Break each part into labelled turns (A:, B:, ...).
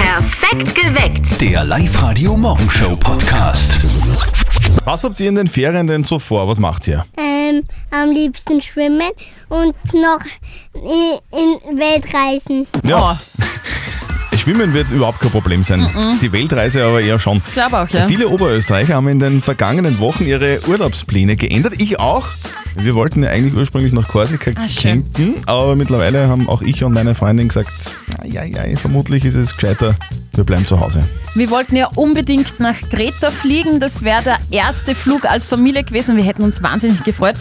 A: Perfekt geweckt.
B: Der Live-Radio Morgenshow Podcast.
C: Was habt ihr in den Ferien denn so vor? Was macht ihr?
D: Ähm, am liebsten schwimmen und noch in, in Weltreisen.
C: Ja.
E: Oh.
C: Schwimmen wird überhaupt kein Problem sein. Die Weltreise aber eher schon.
E: Glaube auch, ja.
C: Viele Oberösterreicher haben in den vergangenen Wochen ihre Urlaubspläne geändert. Ich auch. Wir wollten ja eigentlich ursprünglich nach Korsika
E: Ah, schön.
C: campen, aber mittlerweile haben auch ich und meine Freundin gesagt, "Ah, ja, ja, vermutlich ist es gescheiter, wir bleiben zu Hause.
E: Wir wollten ja unbedingt nach Kreta fliegen. Das wäre der erste Flug als Familie gewesen. Wir hätten uns wahnsinnig gefreut.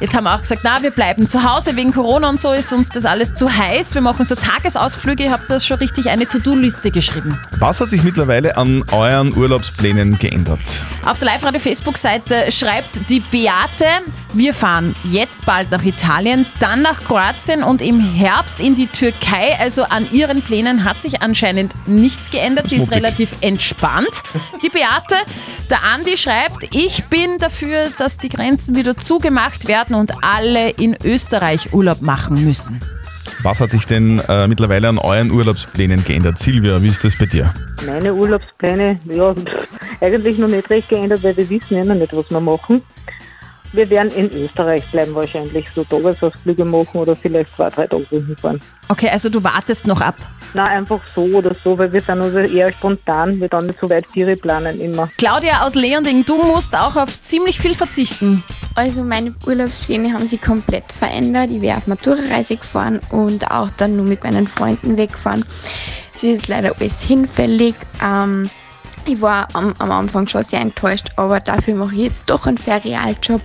E: Jetzt haben wir auch gesagt, na, wir bleiben zu Hause. Wegen Corona und so ist uns das alles zu heiß. Wir machen so Tagesausflüge. Ihr habt da schon richtig eine To-Do-Liste geschrieben.
C: Was hat sich mittlerweile an euren Urlaubsplänen geändert?
E: Auf der Live-Radio Facebook-Seite schreibt die Beate, wir fahren jetzt bald nach Italien, dann nach Kroatien und im Herbst in die Türkei. Also an ihren Plänen hat sich anscheinend nichts geändert. Die ist
C: mutig.
E: relativ entspannt, die Beate. Der Andi schreibt, ich bin dafür, dass die Grenzen wieder zugemacht werden und alle in Österreich Urlaub machen müssen.
C: Was hat sich denn äh, mittlerweile an euren Urlaubsplänen geändert? Silvia, wie ist das bei dir?
F: Meine Urlaubspläne, ja, pff, eigentlich noch nicht recht geändert, weil wir wissen ja noch nicht, was wir machen. Wir werden in Österreich bleiben wahrscheinlich, so Tagesausflüge machen oder vielleicht zwei, drei Tage drüben fahren.
E: Okay, also du wartest noch ab.
F: Na einfach so oder so, weil wir sind also eher spontan, wir dann nicht so weit Tiere planen immer.
E: Claudia aus Leonding, du musst auch auf ziemlich viel verzichten.
G: Also meine Urlaubspläne haben sich komplett verändert. Ich wäre auf Matura-Reise gefahren und auch dann nur mit meinen Freunden weggefahren. Es ist leider alles hinfällig. Ähm, ich war am, am Anfang schon sehr enttäuscht, aber dafür mache ich jetzt doch einen Ferialjob.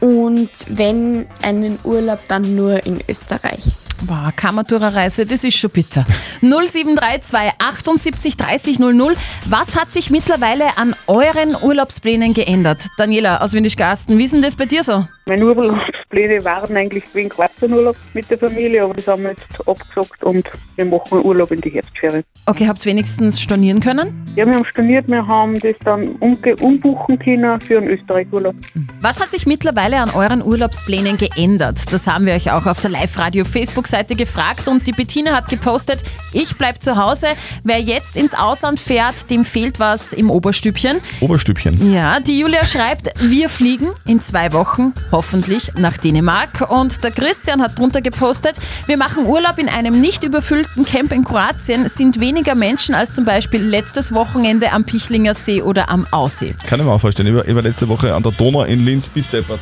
G: Und wenn einen Urlaub, dann nur in Österreich.
E: Wow, Kammertourer-Reise, das ist schon bitter. 0732 78 30 00. Was hat sich mittlerweile an euren Urlaubsplänen geändert? Daniela aus Windischgarsten, wie ist denn das bei dir so?
H: Meine Urlaubspläne waren eigentlich wegen Kroatienurlaub mit der Familie, aber das haben wir jetzt abgesagt und wir machen Urlaub in die Herbstferien.
E: Okay, habt wenigstens stornieren können?
H: Ja, wir haben storniert, wir haben das dann umge umbuchen können für einen Österreich-Urlaub.
E: Was hat sich mittlerweile an euren Urlaubsplänen geändert? Das haben wir euch auch auf der Live-Radio-Facebook-Seite gefragt und die Bettina hat gepostet, ich bleib zu Hause. Wer jetzt ins Ausland fährt, dem fehlt was im Oberstübchen.
C: Oberstübchen.
E: Ja, die Julia schreibt, wir fliegen in zwei Wochen hoffentlich nach Dänemark. Und der Christian hat drunter gepostet, wir machen Urlaub in einem nicht überfüllten Camp in Kroatien, sind weniger Menschen als zum Beispiel letztes Wochenende am Pichlinger See oder am Aussee.
C: Kann ich mir auch vorstellen. Ich war, ich war letzte Woche an der Donau in Linz bis deppert.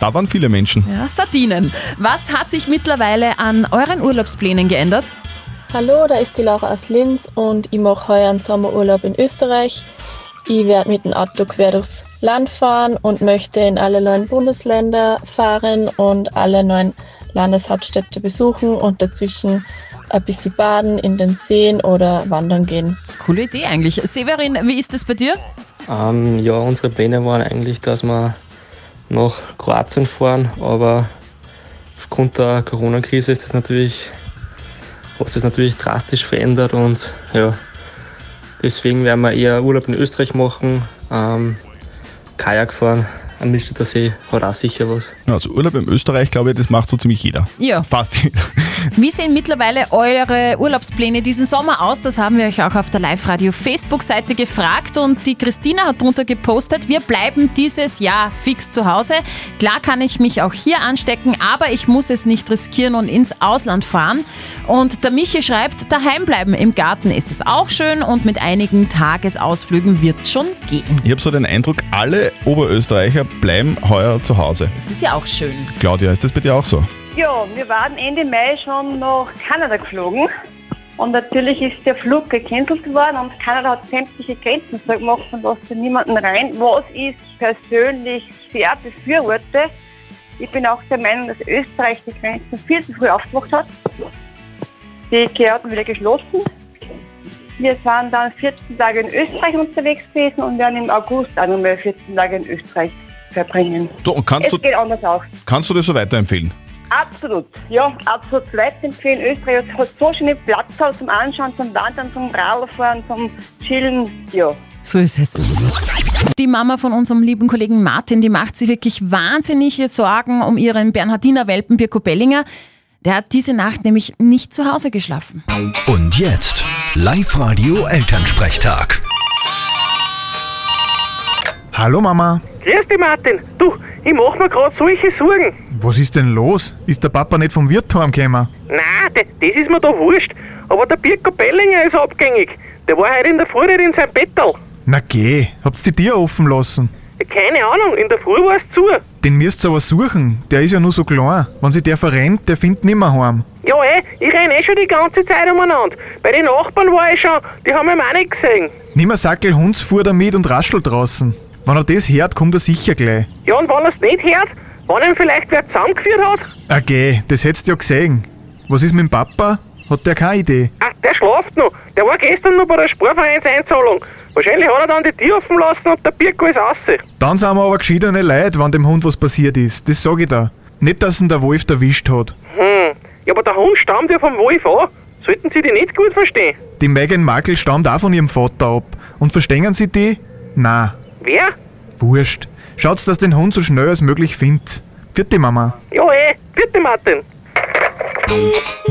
C: Da waren viele Menschen.
E: Ja, Sardinen. Was hat sich mittlerweile an euren Urlaubsplänen geändert?
I: Hallo, da ist die Laura aus Linz und ich mache heuer einen Sommerurlaub in Österreich. Ich werde mit dem Auto quer durchs Land fahren und möchte in alle neuen Bundesländer fahren und alle neuen Landeshauptstädte besuchen und dazwischen ein bisschen baden, in den Seen oder wandern gehen.
E: Coole Idee eigentlich. Severin, wie ist es bei dir?
J: Ähm, ja, unsere Pläne waren eigentlich, dass wir nach Kroatien fahren, aber aufgrund der Corona-Krise ist das natürlich, hat sich das natürlich drastisch verändert und ja, deswegen werden wir eher Urlaub in Österreich machen, ähm, Kajak fahren, am Milchstädter See hat auch sicher was.
C: Also Urlaub in Österreich, glaube ich, das macht so ziemlich jeder.
E: Ja.
C: Fast jeder.
E: Wie sehen mittlerweile eure Urlaubspläne diesen Sommer aus? Das haben wir euch auch auf der Live-Radio-Facebook-Seite gefragt und die Christina hat drunter gepostet, wir bleiben dieses Jahr fix zu Hause. Klar kann ich mich auch hier anstecken, aber ich muss es nicht riskieren und ins Ausland fahren. Und der Michi schreibt, daheim bleiben im Garten ist es auch schön und mit einigen Tagesausflügen wird schon gehen.
C: Ich habe so den Eindruck, alle Oberösterreicher bleiben heuer zu Hause.
E: Das ist ja auch schön.
C: Claudia, ist das bei dir auch so?
K: Ja, wir waren Ende Mai schon nach Kanada geflogen. Und natürlich ist der Flug gecancelt worden und Kanada hat sämtliche Grenzen zugemacht und lässt da niemanden rein, was ich persönlich sehr befürworte. Ich bin auch der Meinung, dass Österreich die Grenzen viel zu früh aufgemacht hat. Die gehörten wieder geschlossen. Wir waren dann 14 Tage in Österreich unterwegs gewesen und werden im August auch nochmal 14 Tage in Österreich verbringen.
C: So, und kannst, du,
K: Es geht anders auch.
C: kannst du das so weiterempfehlen?
K: Absolut, ja, absolut weiterempfehlen. Österreich hat so schöne Platzer zum Anschauen, zum Wandern, zum Radfahren, zum Chillen, ja.
E: So ist es. Die Mama von unserem lieben Kollegen Martin, die macht sich wirklich wahnsinnige Sorgen um ihren Bernhardiner Welpen Birko Bellinger. Der hat diese Nacht nämlich nicht zu Hause geschlafen.
B: Und jetzt Live-Radio Elternsprechtag.
A: Hallo Mama.
L: Grüß dich, Martin. Du, ich mach mir gerade solche Sorgen.
A: Was ist denn los? Ist der Papa nicht vom Wirt heimgekommen?
L: Nein, d- das ist mir da wurscht. Aber der Birko Bellinger ist abgängig. Der war heute in der Früh nicht in seinem Bettel.
A: Na geh, habt's die Tür offen lassen.
L: Keine Ahnung, in der Früh war es zu.
A: Den müsst ihr aber suchen, der ist ja nur so klein. Wenn sich der verrennt, der findet nimmer heim.
L: Ja, eh, ich renne eh schon die ganze Zeit umeinander. Bei den Nachbarn war ich schon, die haben ihn auch nicht gesehen.
A: Nimmer Sackel Hunds fuhr damit und raschelt draußen. Wenn er das hört, kommt er sicher gleich.
L: Ja, und wenn er es nicht hört, wenn ihm vielleicht wer zusammengeführt hat,
A: Ah geh, das hättest du ja gesehen. Was ist mit dem Papa? Hat der keine Idee?
L: ach, Ah, der schlaft noch. Der war gestern noch bei der Sporvereinseinzahlung. Wahrscheinlich hat er dann die Tür offen lassen und der Birko ist raus.
A: Dann sind wir aber geschiedene Leute, wenn dem Hund was passiert ist. Das sag ich da. Nicht, dass ihn der Wolf erwischt hat.
L: Hm, ja, aber der Hund stammt ja vom Wolf an. Sollten Sie die nicht gut verstehen?
A: Die Megan Markle stammt auch von ihrem Vater ab. Und verstehen Sie die? Na,
L: Wer?
A: wurscht. Schaut, dass den Hund so schnell als möglich findet. Vierte Mama.
L: Ja, eh, bitte Martin.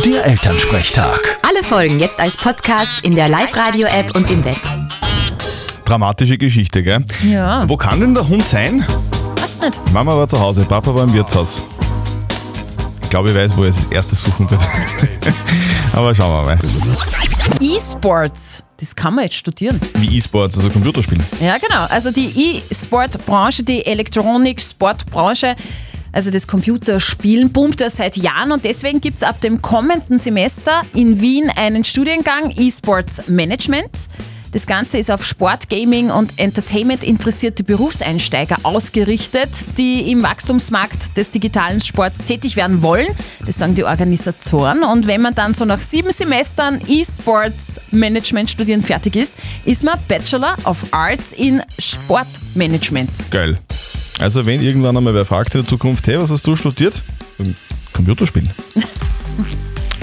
B: Der Elternsprechtag.
M: Alle Folgen jetzt als Podcast in der Live-Radio-App und im Web.
C: Dramatische Geschichte, gell?
E: Ja.
C: Wo kann denn der Hund sein?
E: Weiß nicht.
C: Mama war zu Hause, Papa war im Wirtshaus. Ich glaube, ich weiß, wo er als erstes suchen wird. Aber schauen wir mal.
E: E-Sports. Das kann man jetzt studieren.
C: Wie E-Sports, also Computerspielen.
E: Ja, genau. Also die E-Sport-Branche, die Elektronik-Sportbranche, also das Computerspielen boomt ja seit Jahren und deswegen gibt es ab dem kommenden Semester in Wien einen Studiengang E-Sports Management. Das Ganze ist auf Sport, Gaming und Entertainment interessierte Berufseinsteiger ausgerichtet, die im Wachstumsmarkt des digitalen Sports tätig werden wollen. Das sagen die Organisatoren. Und wenn man dann so nach sieben Semestern E-Sports Management studieren fertig ist, ist man Bachelor of Arts in Sportmanagement.
C: Geil. Also, wenn irgendwann einmal wer fragt in der Zukunft, hey, was hast du studiert? Ähm, Computerspielen.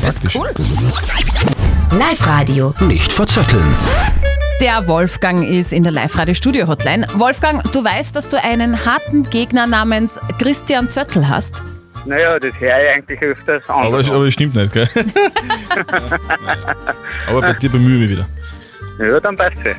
C: Das ist cool.
M: Live-Radio.
B: Nicht verzetteln.
E: Der Wolfgang ist in der Live-Radio-Studio-Hotline. Wolfgang, du weißt, dass du einen harten Gegner namens Christian Zöttl hast.
N: Naja, das höre ich eigentlich öfters an.
C: Aber, es- aber es stimmt nicht, gell? aber bei dir bemühe ich mich wieder.
N: Ja, dann passt es.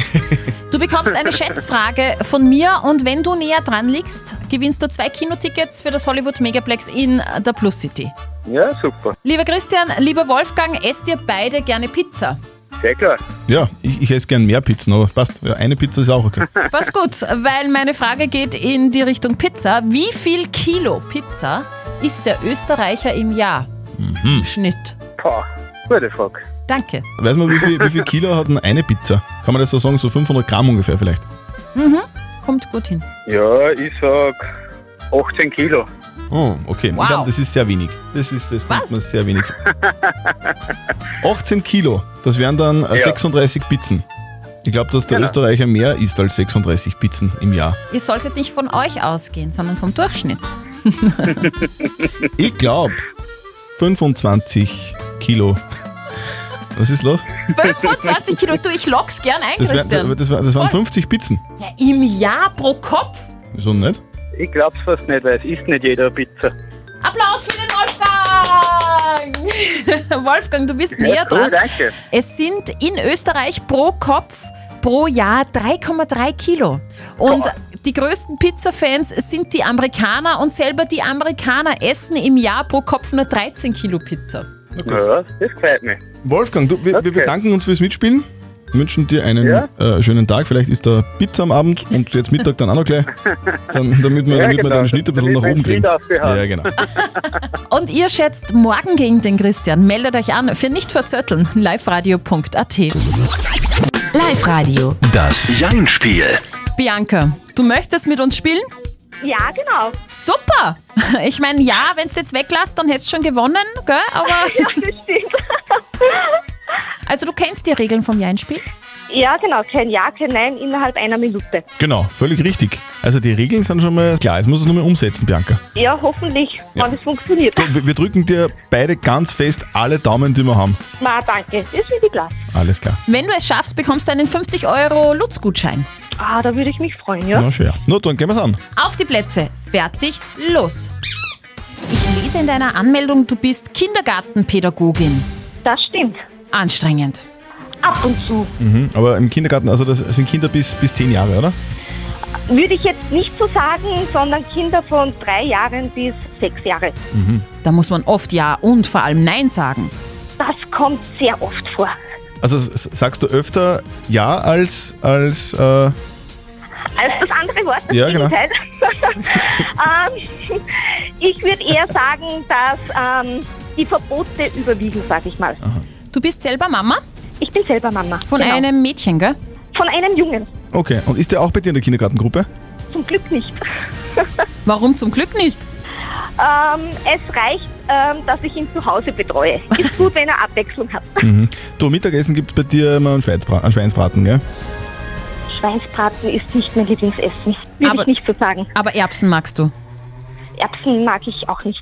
E: Du bekommst eine Schätzfrage von mir und wenn du näher dran liegst, gewinnst du zwei Kinotickets für das Hollywood Megaplex in der Plus City.
N: Ja, super.
E: Lieber Christian, lieber Wolfgang, esst ihr beide gerne Pizza.
N: Sehr klar.
C: Ja, ich, ich esse gern mehr Pizzen, aber passt. Ja, eine Pizza ist auch okay.
E: Was gut, weil meine Frage geht in die Richtung Pizza. Wie viel Kilo Pizza isst der Österreicher im Jahr?
C: Mhm.
E: Schnitt.
N: Boah, gute Frage.
E: Danke.
C: Weiß man, wie viel, wie viel Kilo hat denn eine Pizza? Kann man das so sagen? So 500 Gramm ungefähr vielleicht.
E: Mhm. Kommt gut hin.
N: Ja, ich sag 18 Kilo.
C: Oh, okay.
E: Wow.
C: Ich glaube, das ist sehr wenig. Das ist, das kommt
E: Was?
C: mir sehr wenig. vor. 18 Kilo, das wären dann äh,
E: Ja.
C: 36 Pizzen. Ich glaube, dass der
E: Genau.
C: Österreicher mehr isst als 36 Pizzen im Jahr.
E: Ihr solltet nicht von euch ausgehen, sondern vom Durchschnitt.
C: Ich glaube, 25 Kilo. Was ist los?
E: 25 Kilo, du, ich lock's gern ein,
C: Das, wär,
E: Christian.
C: das, wär, das waren
E: Voll.
C: 50 Pizzen.
E: Ja, Im Jahr pro Kopf.
C: Wieso nicht?
N: Ich glaub's fast nicht, weil es isst nicht jeder eine Pizza.
E: Applaus für den Wolfgang! Wolfgang, du bist näher
N: cool,
E: dran.
N: danke.
E: Es sind in Österreich pro Kopf pro Jahr 3,3 Kilo. Und die größten Pizza-Fans sind die Amerikaner und selber die Amerikaner essen im Jahr pro Kopf nur 13 Kilo Pizza.
N: Ja, das gefällt mir.
C: Wolfgang, du, wir, wir bedanken uns fürs Mitspielen. Wünschen dir einen
N: Ja.
C: äh, schönen Tag. Vielleicht ist da Pizza am Abend und jetzt Mittag dann auch noch gleich. Dann, damit wir,
N: Ja,
C: damit wir
N: genau.
C: den Schnitt ein bisschen
N: Damit
C: nach
N: mein
C: oben kriegen.
N: Schnitt aufgehört.
C: Ja, genau.
E: Und ihr schätzt morgen gegen den Christian. Meldet euch an für nicht verzötteln. liveradio.at. Live Radio.
B: Das Jein-Spiel.
E: Bianca, du möchtest mit uns spielen?
O: Ja, genau.
E: Super! Ich meine, ja, wenn du jetzt weglässt, dann hättest du schon gewonnen, gell? Aber ja, das stimmt. Also du kennst die Regeln vom Jein-Spiel?
O: Ja, genau. Kein Ja, kein Nein innerhalb einer Minute.
C: Genau, völlig richtig. Also die Regeln sind schon mal klar. Jetzt muss es nur mal umsetzen, Bianca.
O: Ja, hoffentlich,
C: Ja.
O: wenn es funktioniert.
C: Du, Wir, wir drücken dir beide ganz fest alle Daumen, die wir haben.
E: Na, danke. Das finde ich klar.
C: Alles klar.
E: Wenn du es schaffst, bekommst du einen 50 Euro Lutz-Gutschein. Ah, da würde ich mich freuen,
C: Na schön. Na, dann gehen wir's an.
E: Auf die Plätze. Fertig, los. Ich lese in deiner Anmeldung, du bist Kindergartenpädagogin.
O: Das stimmt.
E: Anstrengend.
O: Ab und zu.
C: Mhm. Aber im Kindergarten, also das sind Kinder bis, bis 10 Jahre, oder?
O: Würde ich jetzt nicht so sagen, sondern Kinder von drei Jahren bis sechs Jahre.
E: Da muss man oft Ja und vor allem Nein sagen.
O: Das kommt sehr oft vor.
C: Also s- sagst du öfter Ja als, als äh,
O: Als das andere Wort, das
C: Ja, genau.
O: Gegenteil. ähm, ich würde eher sagen, dass ähm, die Verbote überwiegen, sage ich mal.
E: Du bist selber Mama?
O: Ich bin selber Mama.
E: Von
O: genau.
E: einem Mädchen, gell?
O: Von einem Jungen.
C: okay. Und ist der auch bei dir in der Kindergartengruppe?
O: Zum Glück nicht.
E: Warum zum Glück nicht?
O: Ähm, es reicht, ähm, dass ich ihn zu Hause betreue. Ist gut, wenn er Abwechslung hat.
C: Mhm. Du, Mittagessen gibt es bei dir immer einen, Schweizbra einen Schweinsbraten, gell?
O: Schweinsbraten ist nicht mein Lieblingsessen. Würde
E: Aber-
O: ich nicht so sagen.
E: Aber Erbsen magst du.
O: Erbsen mag ich auch nicht.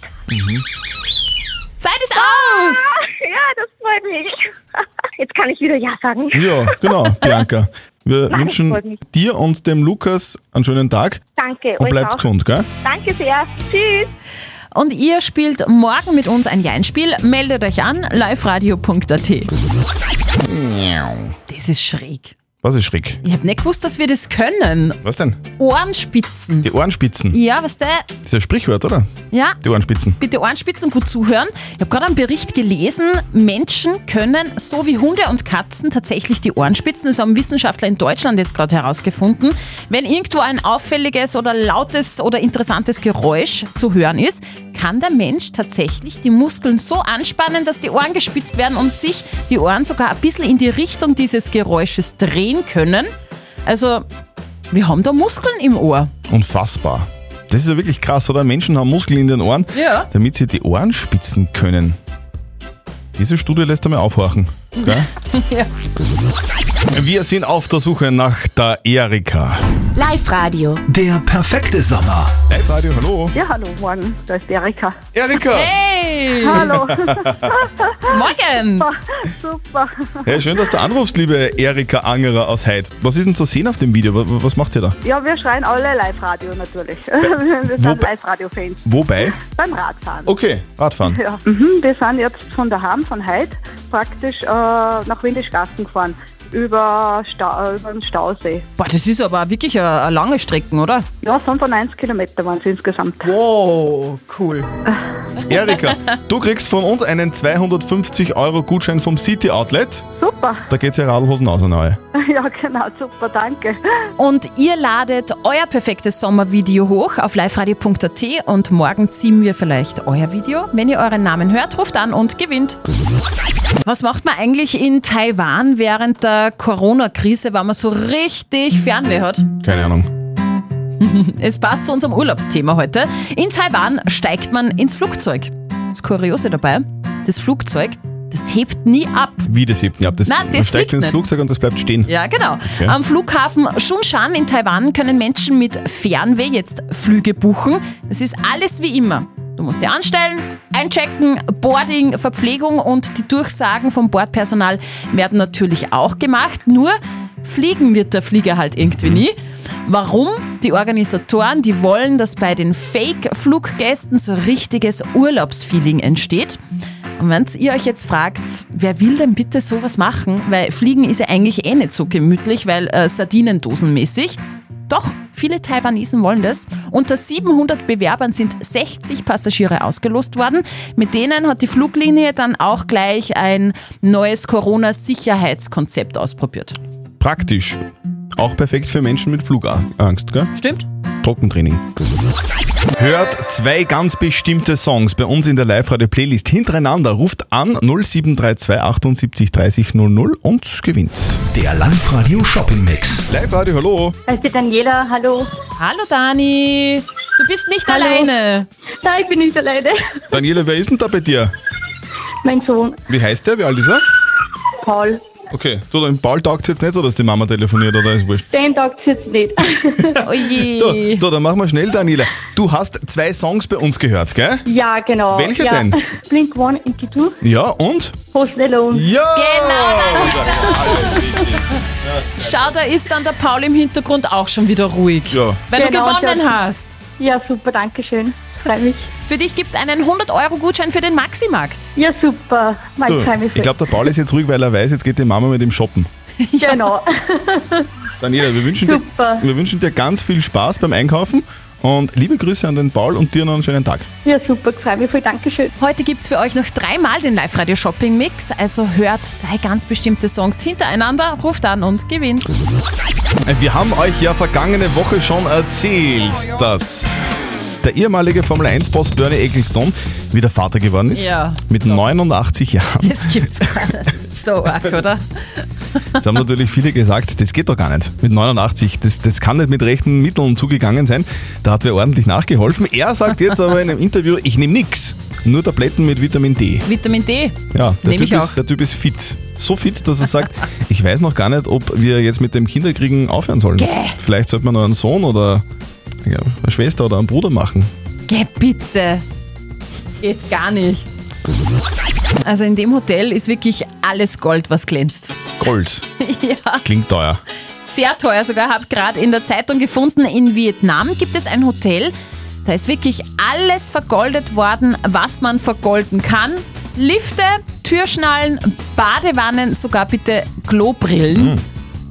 E: Zeit ist aus!
O: Ja, das freut mich. Jetzt kann ich wieder Ja sagen.
C: Ja, genau, Bianca. Wir
O: Nein, freut
C: wünschen
O: mich.
C: dir und dem Lukas einen schönen Tag.
O: Danke.
C: Und
O: euch
C: bleibt
O: auch.
C: gesund, gell?
O: Danke sehr. Tschüss.
E: Und ihr spielt morgen mit uns ein Jeinspiel. Meldet euch an, liveradio.at. Das ist schräg.
C: Was ist schräg?
E: Ich hab nicht gewusst, dass wir das können.
C: Was denn?
E: Ohrenspitzen.
C: Die Ohrenspitzen.
E: Ja, was der?
C: Das ist ja Sprichwort, oder?
E: Ja,
C: Die Ohrenspitzen.
E: Bitte Ohrenspitzen gut zuhören. Ich habe gerade einen Bericht gelesen, Menschen können so wie Hunde und Katzen tatsächlich die Ohrenspitzen. Das haben Wissenschaftler in Deutschland jetzt gerade herausgefunden. Wenn irgendwo ein auffälliges oder lautes oder interessantes Geräusch zu hören ist, kann der Mensch tatsächlich die Muskeln so anspannen, dass die Ohren gespitzt werden und sich die Ohren sogar ein bisschen in die Richtung dieses Geräusches drehen können. Also, wir haben da Muskeln im Ohr.
C: Unfassbar. Das ist ja wirklich krass, oder? Menschen haben Muskeln in den Ohren,
E: Ja.
C: damit sie die Ohren spitzen können. Diese Studie lässt einmal aufhorchen. Gell?
E: ja.
C: Wir sind auf der Suche nach der Erika.
M: Live-Radio.
B: Der perfekte Sommer.
C: Live-Radio, hallo.
P: Ja, hallo, morgen. Da ist die Erika.
C: Erika!
E: Hey!
P: Hallo!
E: Morgen!
P: Super!
C: Hey, schön, dass du anrufst, liebe Erika Angerer aus Heid. Was ist denn zu sehen auf dem Video? Wa- wa- Was macht ihr da?
P: Ja, wir schreien alle Live-Radio natürlich. Wir sind
C: Wobei-
P: Live-Radio-Fans.
C: Wobei?
P: Beim Radfahren.
C: Okay, Radfahren.
P: Ja. Mhm, wir sind jetzt von daheim, von Heid, praktisch äh, nach Windischgarten gefahren. Über, Stau, über den Stausee.
E: Boah, das ist aber wirklich eine, eine lange Strecken, oder?
P: Ja, 95 Kilometer waren es insgesamt.
E: Wow, cool.
C: Erika, du kriegst von uns einen 250-Euro-Gutschein vom City Outlet.
P: Super.
C: Da geht's ja Radlhosen aus, neu.
P: Ja, genau, super, danke.
E: Und ihr ladet euer perfektes Sommervideo hoch auf liveradio.at und morgen ziehen wir vielleicht euer Video. Wenn ihr euren Namen hört, ruft an und gewinnt. Was macht man eigentlich in Taiwan während der Corona-Krise, wenn man so richtig Fernweh hat?
C: Keine Ahnung.
E: Es passt zu unserem Urlaubsthema heute. In Taiwan steigt man ins Flugzeug. Das Kuriose dabei, das Flugzeug, das hebt nie ab.
C: Wie das hebt nicht ab. Das,
E: Nein, das
C: man steigt
E: fliegt
C: ins
E: nicht.
C: Flugzeug und das bleibt stehen.
E: Ja, genau.
C: Okay.
E: Am Flughafen Shunshan in Taiwan können Menschen mit Fernweh jetzt Flüge buchen. Das ist alles wie immer. Du musst dir anstellen, einchecken, Boarding, Verpflegung und die Durchsagen vom Bordpersonal werden natürlich auch gemacht. Nur fliegen wird der Flieger halt irgendwie nie. Warum? Die Organisatoren, die wollen, dass bei den Fake-Fluggästen so richtiges Urlaubsfeeling entsteht. Und wenn ihr euch jetzt fragt, wer will denn bitte sowas machen? Weil Fliegen ist ja eigentlich eh nicht so gemütlich, weil äh, Sardinendosenmäßig. Doch, viele Taiwanesen wollen das. Unter 700 Bewerbern sind 60 Passagiere ausgelost worden. Mit denen hat die Fluglinie dann auch gleich ein neues Corona-Sicherheitskonzept ausprobiert.
C: Praktisch. Auch perfekt für Menschen mit Flugangst, gell?
E: Stimmt.
C: Trockentraining. Hört zwei ganz bestimmte Songs bei uns in der Live-Radio-Playlist hintereinander. Ruft an 0732 78 30 00 und gewinnt.
B: Der Live-Radio Shopping Mix.
C: Live-Radio, hallo.
P: Da ist die Daniela, hallo.
E: Hallo Dani, du bist nicht
P: Hallo.
E: alleine.
P: Nein, ich bin nicht alleine.
C: Daniela, wer ist denn da bei dir?
P: Mein Sohn,
C: Wie heißt der? Wie alt ist er?
P: Paul,
C: Okay, du, dem Paul taugt jetzt nicht so, dass die Mama telefoniert, oder ist wurscht?
P: den taugt es jetzt nicht.
C: Du, du, dann machen wir schnell, Daniela. Du hast zwei Songs bei uns gehört, gell?
P: Ja, genau.
C: Welcher
P: ja.
C: denn?
P: Blink One, Inky Two,
C: Ja, und?
P: Post Alone.
C: Ja!
E: Schau, da ist dann der Paul im Hintergrund auch schon wieder ruhig.
C: Ja.
E: Weil du
P: Genau,
E: gewonnen
P: das-
E: hast.
P: Ja, super, danke schön. Freue mich.
E: Für dich gibt es einen 100-Euro-Gutschein für den Maximarkt.
P: Ja, super. Mein
C: Du,
P: Time ist
C: ich glaube, der Paul ist jetzt ruhig, weil er weiß, jetzt geht die Mama mit dem Shoppen.
P: Genau.
C: Daniela, wir wünschen, dir,
P: Super.
C: wir wünschen dir ganz viel Spaß beim Einkaufen und liebe Grüße an den Paul und dir noch einen schönen Tag.
E: Ja, super, gefällt mir voll, Dankeschön. Heute gibt es für euch noch dreimal den Live-Radio-Shopping-Mix, also hört zwei ganz bestimmte Songs hintereinander, ruft an und gewinnt.
C: Wir haben euch ja vergangene Woche schon erzählt, dass der ehemalige Formel 1-Boss Bernie Ecclestone wieder Vater geworden ist.
E: Ja.
C: Mit 89 Jahren.
E: Das gibt's gar nicht. Das ist So arg, oder?
C: Jetzt haben natürlich viele gesagt, das geht doch gar nicht. Mit 89, das, das kann nicht mit rechten Mitteln zugegangen sein. Da hat wer ordentlich nachgeholfen. Er sagt jetzt aber in einem Interview, ich nehme nichts, nur Tabletten mit Vitamin D.
E: Vitamin D.
C: Ja, der
E: Nehm
C: typ,
E: ich auch.
C: ist, der typ ist fit. So fit, dass er sagt, ich weiß noch gar nicht, ob wir jetzt mit dem Kinderkriegen aufhören sollen.
E: Gäh.
C: Vielleicht sollte man noch einen Sohn oder ja, eine Schwester oder einen Bruder machen.
E: Geh bitte. Geht gar nicht. Also in dem Hotel ist wirklich alles Gold, was glänzt.
C: Gold.
E: ja.
C: Klingt teuer.
E: sehr teuer sogar, habe gerade in der Zeitung gefunden, in Vietnam gibt es ein Hotel, da ist wirklich alles vergoldet worden, was man vergolden kann. Lifte, Türschnallen, Badewannen, sogar bitte Klobrillen,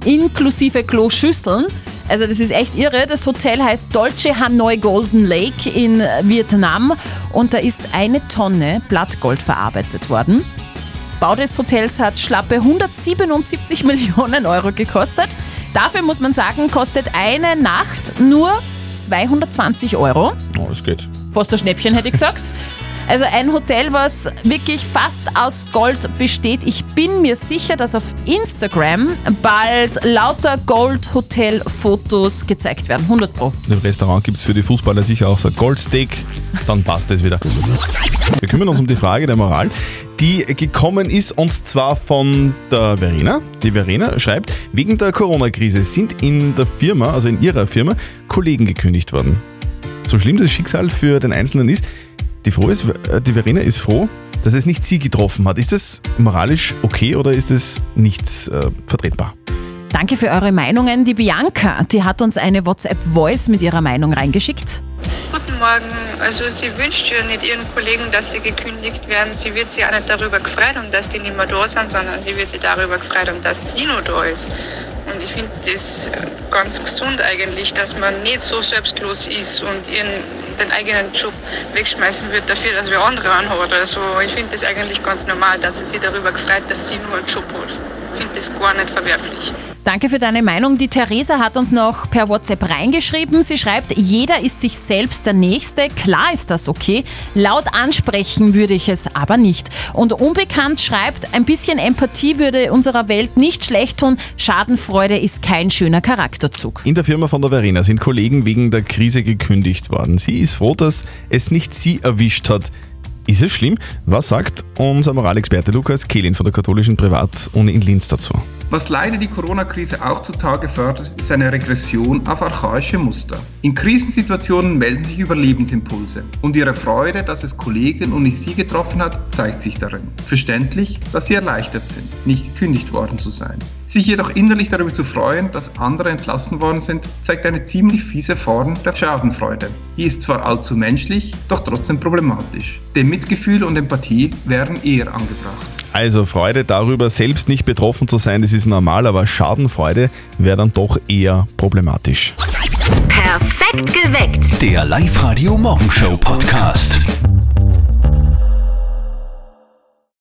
E: inklusive Kloschüsseln. Also das ist echt irre. Das Hotel heißt Dolce Hanoi Golden Lake in Vietnam und da ist eine Tonne Blattgold verarbeitet worden. Bau des Hotels hat schlappe 177 Millionen Euro gekostet. Dafür muss man sagen, kostet eine Nacht nur 220 Euro.
C: Oh, das geht.
E: Fast ein Schnäppchen hätte ich gesagt. Also ein Hotel, was wirklich fast aus Gold besteht. Ich bin mir sicher, dass auf Instagram bald lauter Gold-Hotel-Fotos gezeigt werden. 100 Pro.
C: Im Restaurant gibt es für die Fußballer sicher auch so ein Goldsteak, dann passt es wieder. Wir kümmern uns um die Frage der Moral, die gekommen ist und zwar von der Verena. Die Verena schreibt, wegen der Corona-Krise sind in der Firma, also in ihrer Firma, Kollegen gekündigt worden. So schlimm das Schicksal für den Einzelnen ist, die, froh ist, äh, die Verena ist froh, dass es nicht sie getroffen hat. Ist das moralisch okay oder ist es nicht äh, vertretbar?
E: Danke für eure Meinungen. Die Bianca, die hat uns eine WhatsApp-Voice mit ihrer Meinung reingeschickt.
Q: Guten Morgen. Also sie wünscht ja nicht ihren Kollegen, dass sie gekündigt werden. Sie wird sich auch nicht darüber gefreut, um dass die nicht mehr da sind, sondern sie wird sich darüber gefreut, um dass sie noch da ist. Und ich finde das äh, ganz gesund eigentlich, dass man nicht so selbstlos ist und ihren, den eigenen Job wegschmeißen wird dafür, dass wir andere anhat. Also ich finde das eigentlich ganz normal, dass sie sich darüber gefreut, dass sie nur einen Job hat. Ich finde das gar nicht verwerflich.
E: Danke für deine Meinung. Die Theresa hat uns noch per WhatsApp reingeschrieben. Sie schreibt, jeder ist sich selbst der Nächste. Klar ist das okay. Laut ansprechen würde ich es aber nicht. Und Unbekannt schreibt, ein bisschen Empathie würde unserer Welt nicht schlecht tun. Schadenfreude ist kein schöner Charakterzug.
C: In der Firma von der Verena sind Kollegen wegen der Krise gekündigt worden. Sie ist froh, dass es nicht sie erwischt hat. Ist es schlimm? Was sagt unser Moralexperte Lukas Kehlin von der katholischen Privatuni in Linz dazu?
R: Was leider die Corona-Krise auch zutage fördert, ist eine Regression auf archaische Muster. In Krisensituationen melden sich Überlebensimpulse und ihre Freude, dass es Kollegen und nicht sie getroffen hat, zeigt sich darin. Verständlich, dass sie erleichtert sind, nicht gekündigt worden zu sein. Sich jedoch innerlich darüber zu freuen, dass andere entlassen worden sind, zeigt eine ziemlich fiese Form der Schadenfreude. Die ist zwar allzu menschlich, doch trotzdem problematisch. Denn Mitgefühl und Empathie wären eher angebracht.
C: Also Freude darüber, selbst nicht betroffen zu sein, das ist normal, aber Schadenfreude wäre dann doch eher problematisch.
M: Perfekt geweckt.
B: Der Live-Radio Morgenshow Podcast.